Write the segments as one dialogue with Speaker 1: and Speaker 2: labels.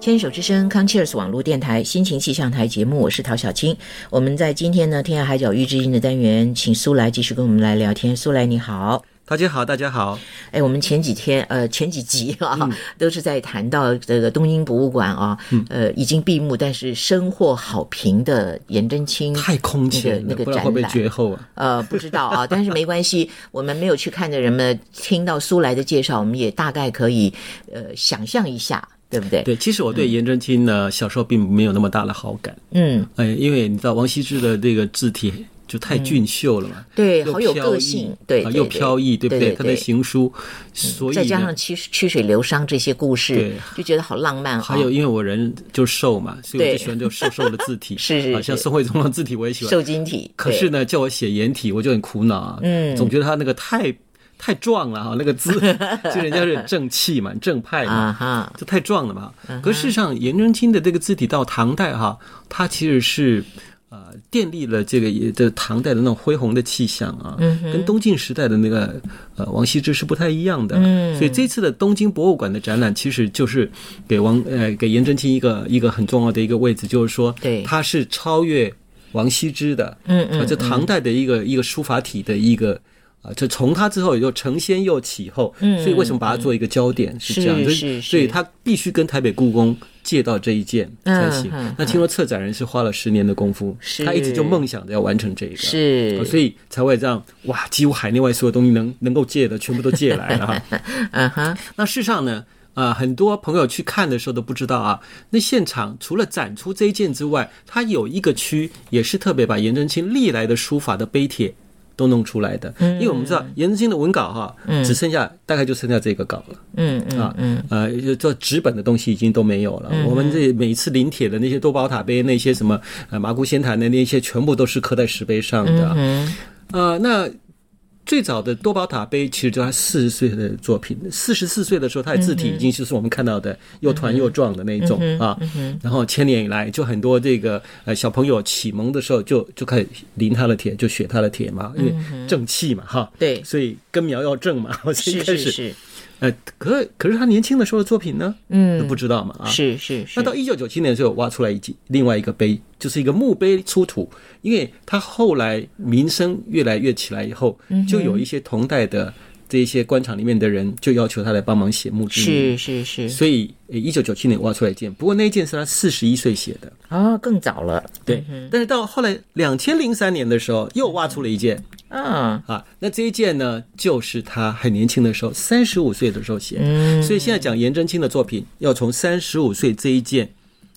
Speaker 1: 牵手之声 Concheers 网络电台心情气象台节目，我是陶小青。我们在今天呢天涯海角遇知音的单元，请苏来继续跟我们来聊天。苏来你好，
Speaker 2: 大家好，大家好。
Speaker 1: 哎，我们前几天呃前几集啊，
Speaker 2: 嗯
Speaker 1: 都是在谈到这个东京博物馆啊，呃已经闭幕，但是深获好评的颜真卿
Speaker 2: 太空前了，
Speaker 1: 那个那个
Speaker 2: 不知道会不会
Speaker 1: 展览
Speaker 2: 绝后啊？
Speaker 1: 呃，不知道啊，但是没关系，我们没有去看的人们听到苏来的介绍，我们也大概可以呃想象一下，对不对？
Speaker 2: 对，其实我对颜真卿呢，小时候并没有那么大的好感，
Speaker 1: 嗯，
Speaker 2: 哎，因为你知道王羲之的这个字体就太俊秀了嘛，
Speaker 1: 对，
Speaker 2: 又
Speaker 1: 好有
Speaker 2: 飘
Speaker 1: 个
Speaker 2: 逸
Speaker 1: 性，对，
Speaker 2: 啊
Speaker 1: 对
Speaker 2: 又
Speaker 1: 对
Speaker 2: 飘逸，对不
Speaker 1: 对？
Speaker 2: 他的行书，所以
Speaker 1: 再
Speaker 2: 呢
Speaker 1: 加上曲曲水流觞这些故事
Speaker 2: 对，
Speaker 1: 就觉得好浪漫啊。
Speaker 2: 还有，因为我人就瘦嘛，所以我
Speaker 1: 对
Speaker 2: 就喜欢这种瘦瘦的字体，
Speaker 1: 是是
Speaker 2: 啊，像
Speaker 1: 是
Speaker 2: 宋徽宗的字体我也喜欢。
Speaker 1: 瘦金体，
Speaker 2: 啊可是呢，叫我写颜体，我就很苦恼啊，
Speaker 1: 嗯
Speaker 2: 总觉得他那个太太壮了哈、那个字就人家是正气嘛，正派
Speaker 1: 对
Speaker 2: 嘛，
Speaker 1: 啊嗯哈，
Speaker 2: 这太壮了嘛。可事实上，颜真卿的这个字体到唐代哈、它其实是呃奠立了这个也这唐代的那种恢宏的气象啊，
Speaker 1: 嗯
Speaker 2: 跟东晋时代的那个呃王羲之是不太一样的。
Speaker 1: 嗯
Speaker 2: 所以这次的东京博物馆的展览，其实就是给王呃给颜真卿一个一个很重要的一个位置，就是说，
Speaker 1: 对
Speaker 2: 他是超越王羲之的，
Speaker 1: 嗯嗯
Speaker 2: 啊，这唐代的一个一个书法体的一个。啊，就从他之后又承先又启后，所以为什么把它做一个焦点是这样？
Speaker 1: 嗯是
Speaker 2: 就是所以
Speaker 1: 是
Speaker 2: 他必须跟台北故宫借到这一件才行。
Speaker 1: 嗯嗯
Speaker 2: 那听说策展人是花了十年的功夫，
Speaker 1: 是
Speaker 2: 他一直就梦想着要完成这个，
Speaker 1: 是
Speaker 2: 呃所以才会让哇，几乎海内外所有东西能能够借的全部都借来了哈。
Speaker 1: 嗯哈，
Speaker 2: 那事实上呢，呃，很多朋友去看的时候都不知道啊，那现场除了展出这一件之外，它有一个区也是特别把颜真卿历来的书法的碑帖。都弄出来的，因为我们知道颜真卿的文稿哈，只剩下大概就剩下这个稿了。
Speaker 1: 嗯嗯嗯
Speaker 2: 啊，呃，就做纸本的东西已经都没有了。我们这每一次临帖的那些多宝塔碑，那些什么呃麻姑仙坛的那些，全部都是刻在石碑上的。
Speaker 1: 嗯
Speaker 2: 呃，那最早的多宝塔碑其实就他四十岁的作品，四十四岁的时候，他的字体已经就是我们看到的又团又壮的那一种
Speaker 1: 嗯
Speaker 2: 啊。然后千年以来，就很多这个呃小朋友启蒙的时候就就开始临他的帖，就学他的帖嘛，因为正气嘛哈。
Speaker 1: 嗯对
Speaker 2: 所以根苗要正嘛，所以
Speaker 1: 是
Speaker 2: 一开
Speaker 1: 是
Speaker 2: 始
Speaker 1: 是
Speaker 2: 呃，可可是他年轻的时候的作品呢，嗯，不知道嘛啊。
Speaker 1: 是是是
Speaker 2: 那，到一九九七年的时候，挖出来一记另外一个碑，就是一个墓碑出土，因为他后来名声越来越起来以后，
Speaker 1: 嗯
Speaker 2: 就有一些同代的这一些官场里面的人就要求他来帮忙写墓志铭。
Speaker 1: 是是是，
Speaker 2: 所以，呃一九九七年挖出来一件，不过那一件是他四十一岁写的，
Speaker 1: 哦，更早了，
Speaker 2: 对。但是到后来两千零三年的时候，又挖出了一件
Speaker 1: 啊，
Speaker 2: 啊，那这一件呢，就是他很年轻的时候，三十五岁的时候写的。
Speaker 1: 嗯
Speaker 2: 所以现在讲颜真卿的作品，要从三十五岁这一件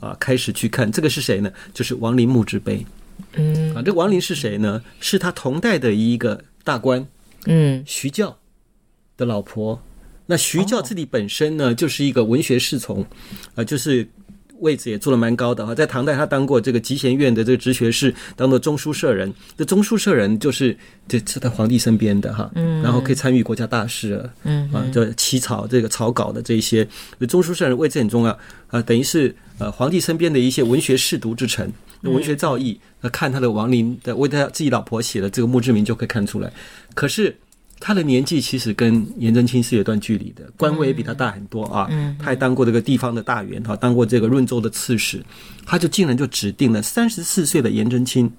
Speaker 2: 啊开始去看。这个是谁呢？就是王林墓志碑。嗯，啊，这王林是谁呢？是他同代的一个大官
Speaker 1: 嗯
Speaker 2: 徐教的老婆。那徐教自己本身呢，就是一个文学侍从，啊，就是。位置也做得蛮高的哈，在唐代他当过这个集贤院的这个直学士，当做中书舍人。这中书舍人就是这是在皇帝身边的哈，嗯，然后可以参与国家大事了，
Speaker 1: 嗯
Speaker 2: 啊，就起草这个草稿的这一些中书舍人位置很重要啊、呃等于是呃皇帝身边的一些文学侍读之臣，文学造诣，那、看他的王林的为他自己老婆写的这个墓志铭就可以看出来。可是他的年纪其实跟颜真卿是有一段距离的，官位也比他大很多啊，
Speaker 1: 嗯
Speaker 2: 他还当过这个地方的大员哈，当过这个润州的刺史，他就竟然就指定了三十四岁的颜真卿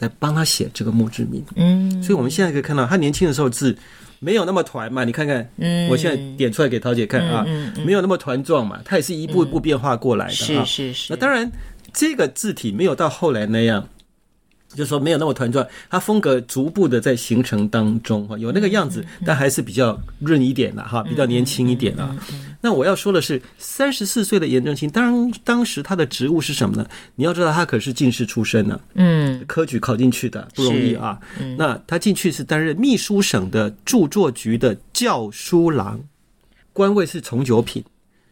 Speaker 2: 来帮他写这个墓志铭。
Speaker 1: 嗯
Speaker 2: 所以我们现在可以看到，他年轻的时候字没有那么团嘛，你看看，
Speaker 1: 嗯
Speaker 2: 我现在点出来给桃姐看啊，没有那么团壮嘛，他也是一步一步变化过来的
Speaker 1: 嗯是
Speaker 2: 啊。
Speaker 1: 是是，
Speaker 2: 那当然，这个字体没有到后来那样。就说没有那么团壮，它风格逐步的在形成当中哈，有那个样子，但还是比较润一点的哈，比较年轻一点啊。那我要说的是，三十四岁的颜真卿，当当时他的职务是什么呢？你要知道，他可是进士出身呢、
Speaker 1: 嗯
Speaker 2: 科举考进去的，不容易啊。那他进去是担任秘书省的著作局的教书郎，官位是从九品，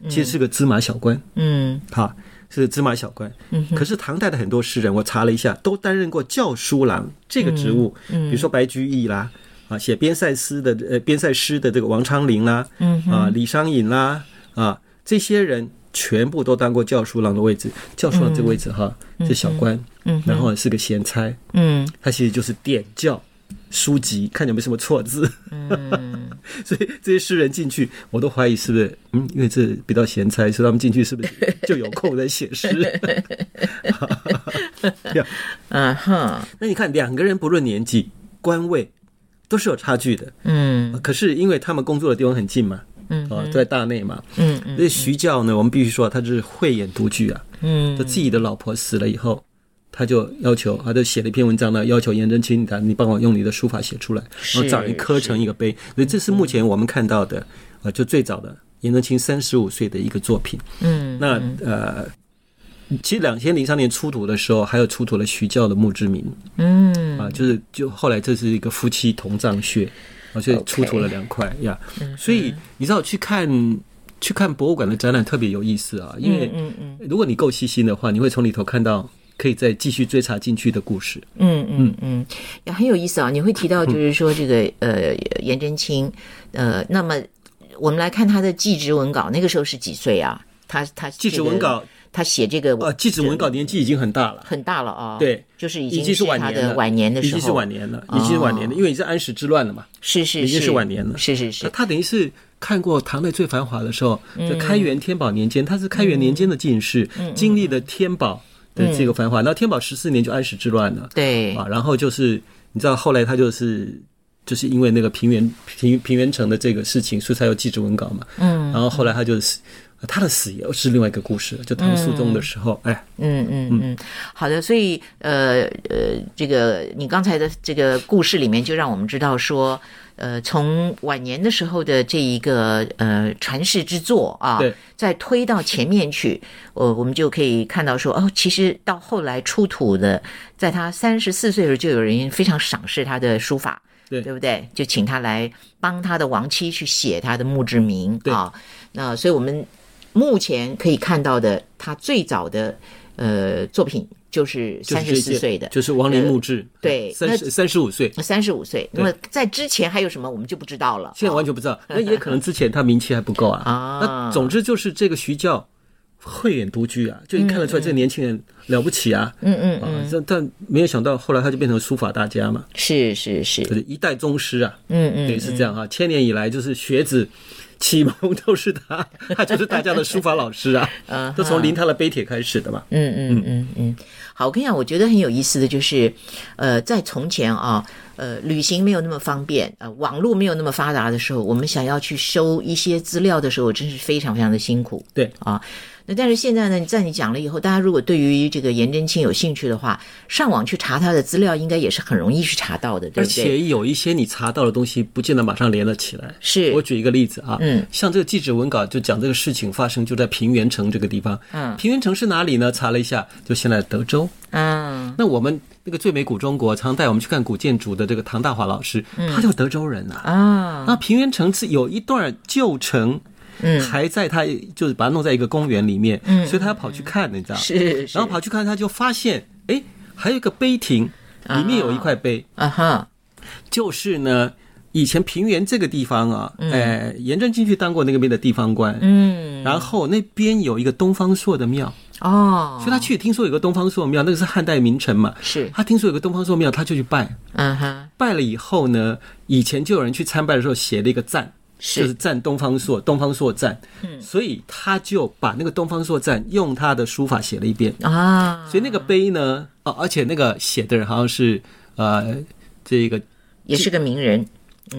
Speaker 2: 其实是个芝麻小官，
Speaker 1: 嗯
Speaker 2: 哈、是芝麻小官。可是唐代的很多诗人，我查了一下，都担任过教书郎这个职务，比如说白居易啦。啊，写边塞诗的呃边塞诗的这个王昌龄啦，嗯啊李商隐啦啊这些人全部都当过教书郎的位置，教书郎这个位置哈、是小官，嗯，然后是个闲差，
Speaker 1: 嗯
Speaker 2: 它其实就是点教书籍，看有没有什么错字。 所以这些诗人进去，我都怀疑是不是，嗯，因为这比较闲差，所以他们进去是不是就有空在写诗？ 对啊
Speaker 1: 嗯哼，
Speaker 2: 那你看，两个人不论年纪、官位，都是有差距的。
Speaker 1: 嗯
Speaker 2: 可是因为他们工作的地方很近嘛，
Speaker 1: 嗯
Speaker 2: 啊，在大内嘛，
Speaker 1: 嗯嗯
Speaker 2: 所以徐教呢，我们必须说他是慧眼独具啊。他
Speaker 1: 嗯
Speaker 2: 自己的老婆死了以后，他就要求，他就写了一篇文章呢，要求颜真卿，你帮我用你的书法写出来，然后
Speaker 1: 是
Speaker 2: 找人刻成一个碑。所以这是目前我们看到的，呃，就最早的颜真卿三十五岁的一个作品。
Speaker 1: 嗯
Speaker 2: 那呃，其实两千零三年出土的时候，还有出土了徐教的墓志铭
Speaker 1: 嗯
Speaker 2: 啊，就是就后来这是一个夫妻同葬穴，啊，所以
Speaker 1: OK 嗯
Speaker 2: 出土了两块呀。所以你知道去看去看博物馆的展览特别有意思啊，因为
Speaker 1: 嗯嗯
Speaker 2: 如果你够细心的话，你会从里头看到可以再继续追查进去的故事。
Speaker 1: 嗯嗯嗯，也很有意思啊！你会提到就是说这个呃颜真卿，呃，那么我们来看他的祭侄文稿，那个时候是几岁啊？他他
Speaker 2: 祭侄文稿，
Speaker 1: 他写这个
Speaker 2: 呃，祭侄文稿年纪已经很大了。
Speaker 1: 很大了啊，
Speaker 2: 对
Speaker 1: 就是已
Speaker 2: 已
Speaker 1: 经
Speaker 2: 经是晚
Speaker 1: 他
Speaker 2: 年
Speaker 1: 的
Speaker 2: 了，
Speaker 1: 晚年的时候，
Speaker 2: 已经是晚年了，已经是晚年了，因为你是安史之乱了嘛，
Speaker 1: 是是
Speaker 2: 已经是晚年了
Speaker 1: 是是嗯
Speaker 2: 他
Speaker 1: 是，
Speaker 2: 他等于是看过唐代最繁华的时候，在开元天宝年间，他是开元年间的进士，
Speaker 1: 嗯
Speaker 2: 经历了天宝的这个繁华，那天宝十四年就安史之乱了，
Speaker 1: 对，
Speaker 2: 啊，然后就是你知道后来他就是。就是因为那个平原平平原城的这个事情，所以才有祭侄文稿嘛。
Speaker 1: 嗯，
Speaker 2: 然后后来他就死，他的死也是另外一个故事。就唐肃宗的时候，哎，
Speaker 1: 嗯嗯嗯，好的，所以呃呃，这个你刚才的这个故事里面，就让我们知道说，呃，从晚年的时候的这一个呃传世之作啊
Speaker 2: 对，
Speaker 1: 再推到前面去，呃，我们就可以看到说，哦，其实到后来出土的，在他三十四岁的时候，就有人非常赏识他的书法。
Speaker 2: 对
Speaker 1: 对不对？就请他来帮他的亡妻去写他的墓志铭
Speaker 2: 对
Speaker 1: 啊。那所以我们目前可以看到的，他最早的呃作品就是
Speaker 2: 就
Speaker 1: 三
Speaker 2: 是
Speaker 1: 十
Speaker 2: 这一
Speaker 1: 四
Speaker 2: 届
Speaker 1: 岁的，呃
Speaker 2: 就是亡灵墓志，哎
Speaker 1: 对
Speaker 2: 三十三十五岁，
Speaker 1: 三十五岁。那么在之前还有什么，我们就不知道了。
Speaker 2: 现在完全不知 道，那也可能之前他名气还不够啊。
Speaker 1: 啊
Speaker 2: 那总之就是这个徐教慧眼独居啊，就你看得出来这个年轻人了不起啊。
Speaker 1: 嗯嗯嗯，
Speaker 2: 啊，但但没有想到后来他就变成书法大家嘛，
Speaker 1: 是是是，
Speaker 2: 就是一代宗师啊，
Speaker 1: 嗯嗯，
Speaker 2: 对，是这样啊。千年以来就是学子启蒙 都是他，他就是大家的书法老师 啊，
Speaker 1: 嗯
Speaker 2: 都从临他的碑帖开始的嘛。
Speaker 1: 嗯嗯嗯嗯，好，我跟你讲，我觉得很有意思的就是，呃，在从前啊，呃，旅行没有那么方便，呃，网络没有那么发达的时候，我们想要去收一些资料的时候，真是非常非常的辛苦。
Speaker 2: 对
Speaker 1: 啊，那但是现在呢，在你讲了以后，大家如果对于这个颜真卿有兴趣的话，上网去查他的资料，应该也是很容易去查到的，对
Speaker 2: 而
Speaker 1: 不对？
Speaker 2: 且有一些你查到的东西，不见得马上连了起来。
Speaker 1: 是
Speaker 2: 我举一个例子啊，
Speaker 1: 嗯，
Speaker 2: 像这个记者文稿就讲这个事情发生就在平原城这个地方，
Speaker 1: 嗯
Speaker 2: 平原城是哪里呢？查了一下，就现在德州。
Speaker 1: 嗯，
Speaker 2: 那我们那个最美古中国常带我们去看古建筑的这个唐大华老师，他就是德州人啊。
Speaker 1: 嗯啊，
Speaker 2: 那平原城是有一段旧城，
Speaker 1: 嗯
Speaker 2: 还在他就是把它弄在一个公园里面，嗯，所以他要跑去看，你知道吗？
Speaker 1: 是是
Speaker 2: 啊然后跑去看，他就发现，哎，还有一个碑亭，里面有一块碑，
Speaker 1: 啊哈，
Speaker 2: 就是呢，以前平原这个地方啊，
Speaker 1: 嗯
Speaker 2: 呃，颜真卿去当过那个边的地方官，嗯，然后那边有一个东方朔的庙，
Speaker 1: 哦
Speaker 2: 所以，他去听说有个东方朔庙，那个是汉代名城嘛，
Speaker 1: 是，
Speaker 2: 他听说有个东方朔庙，他就去拜，
Speaker 1: 嗯哈，
Speaker 2: 拜了以后呢，以前就有人去参拜的时候写了一个赞。就是
Speaker 1: 是，
Speaker 2: 赞东方朔，东方朔赞，嗯，所以他就把那个东方朔赞用他的书法写了一遍，
Speaker 1: 啊，
Speaker 2: 所以那个碑呢，哦，而且那个写的人好像是呃，这个
Speaker 1: 也是个名人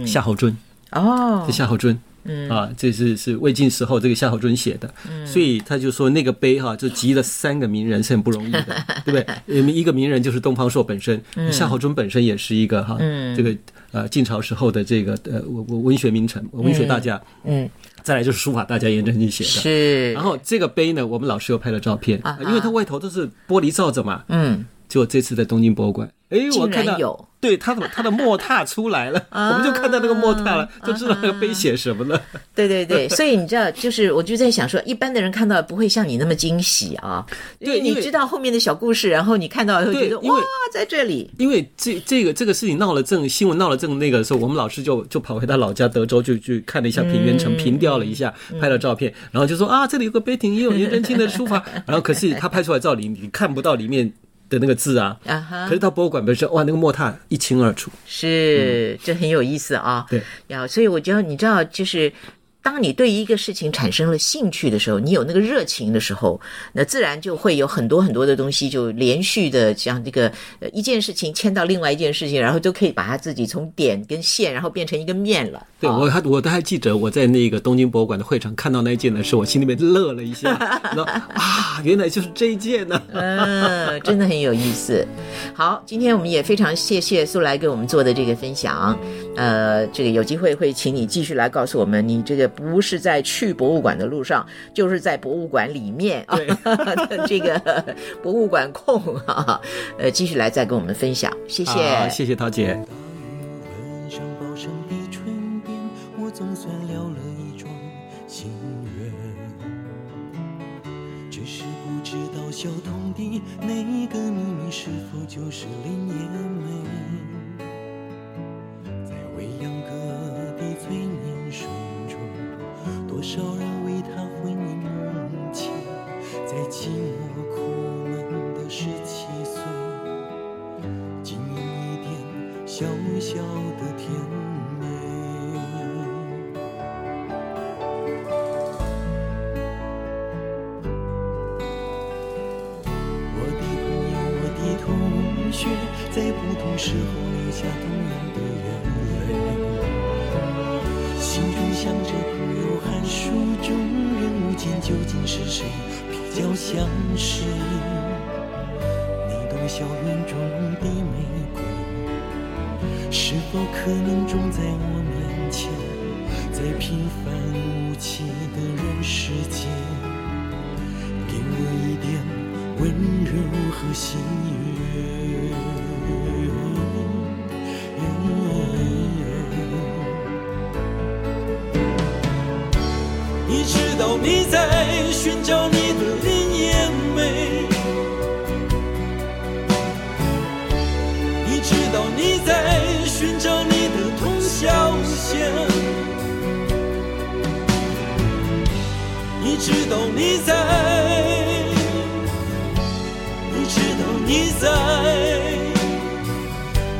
Speaker 2: 夏侯惇，
Speaker 1: 哦
Speaker 2: 这，夏侯惇，嗯啊，这是是魏晋时候这个夏侯惇写的，
Speaker 1: 嗯
Speaker 2: 所以他就说那个碑哈、就集了三个名人是很不容 易的，对不对？因为一个名人就是东方朔本身，
Speaker 1: 嗯
Speaker 2: 夏侯惇本身也是一个哈、这个呃晋朝时候的这个呃文文文学名臣，文学大家，
Speaker 1: 嗯，
Speaker 2: 再来就是书法大家颜真卿写的。
Speaker 1: 是
Speaker 2: 然，后这个碑呢，我们老师又拍了照片，
Speaker 1: 啊哈
Speaker 2: 因为它外头都是玻璃罩着嘛。
Speaker 1: 嗯，
Speaker 2: 结果这次在东京博物馆，哎，我
Speaker 1: 竟
Speaker 2: 看到
Speaker 1: 然有啊
Speaker 2: 对他的他的墨拓出来了，我们就看到那个墨拓了，就知道那个碑写什么了。
Speaker 1: 对对对，所以你知道，就是我就在想说，一般的人看到不会像你那么惊喜啊，
Speaker 2: 对
Speaker 1: 因为
Speaker 2: 因
Speaker 1: 你
Speaker 2: 为
Speaker 1: 知道后面的小故事，然后你看到以后觉
Speaker 2: 对
Speaker 1: 得
Speaker 2: 因
Speaker 1: 哇
Speaker 2: 为，
Speaker 1: 在这里，
Speaker 2: 因为这这个这个事情闹了正，新闻闹了正那个的时候，我们老师就 就跑回他老家德州，就去看了一下平原城，平调了一下，
Speaker 1: 嗯
Speaker 2: 拍了照片， 然后就说啊，这里有个碑亭，也有颜真卿的书法。然后可是他拍出来照里，你看不到里面的那个字啊。
Speaker 1: 啊哈，
Speaker 2: 可是到博物馆本身，哇，那个墨拓一清二楚。
Speaker 1: 是，这很有意思啊。
Speaker 2: 嗯对，
Speaker 1: 呀，所以我觉得你知道，就是当你对一个事情产生了兴趣的时候，你有那个热情的时候，那自然就会有很多很多的东西就连续的将这个呃一件事情牵到另外一件事情，然后都可以把它自己从点跟线，然后变成一个面了。
Speaker 2: 对
Speaker 1: 啊
Speaker 2: 我还我都还记得，我在那个东京博物馆的会场看到那一件的时候，我心里面乐了一 下，然后啊，原来就是这一件呢、
Speaker 1: 嗯，真的很有意思。好，今天我们也非常谢谢素来给我们做的这个分享。呃，这个有机会会请你继续来告诉我们，你这个不是在去博物馆的路上，就是在博物馆里面 啊，这个博物馆控啊，呃，继续来再跟我们分享，谢谢，
Speaker 2: 好啊谢谢桃姐。
Speaker 3: 大雨吻上包上的唇边，我总算了了一桩情缘。只是不知道小童的那个秘密是否就是林叶梅，在未央歌的催眠睡中，多少人为他魂萦梦牵，在寂寞苦闷的十七岁。经营一点小小的甜美。我的朋友，我的同学，在不同时候流下同样的眼泪。心中想着朋友寒暑中，人物间究竟是谁比较相识？你懂校园中的玫瑰，是否可能种在我面前，在平凡无奇的人世间，给我一点温柔和喜悦。你知道你在寻找你的林叶梅，你知道你在寻找你的通宵线，你知道你在，你知道你在，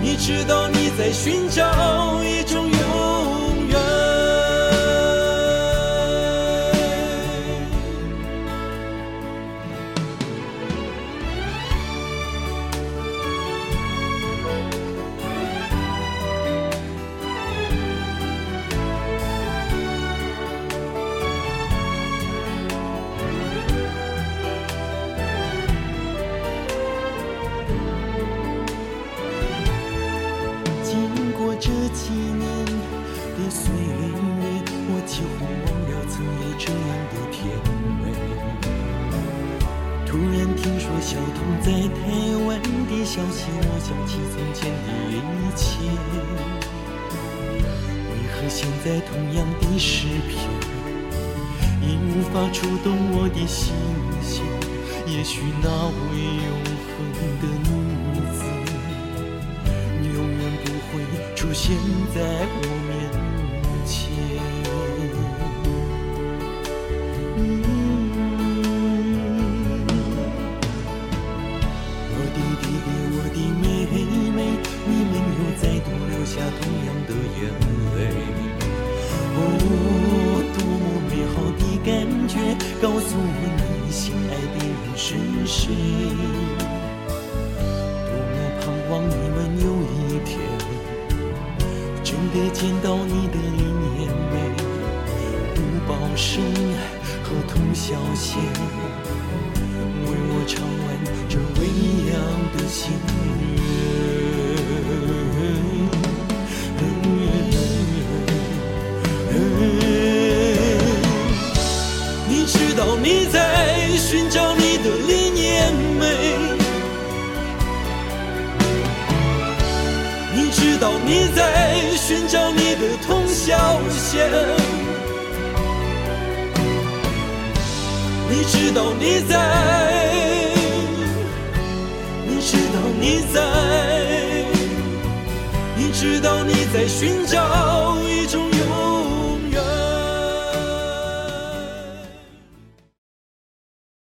Speaker 3: 你知道你在寻找一种永远。经过这几年的岁月，我几乎忘了曾有这样的甜美。突然听说小童在台湾的消息，我想起从前的一切。为何现在同样的诗篇，已无法触动我的心弦？也许那位永恒的女子。永远不会出现在我面前。嗯我的弟弟，我的妹妹，你们又再度流下同样的眼泪。哦，多么美好的感觉！告诉我你心爱的人是谁？多么盼望你们有一天真的见到你的林叶梅、五宝生和童小仙，为我唱完这未央的心愿。你知道你在寻找你的林叶梅。你知道你在寻找你的通宵线，你知道你在，你知道你在，你知道你在寻找一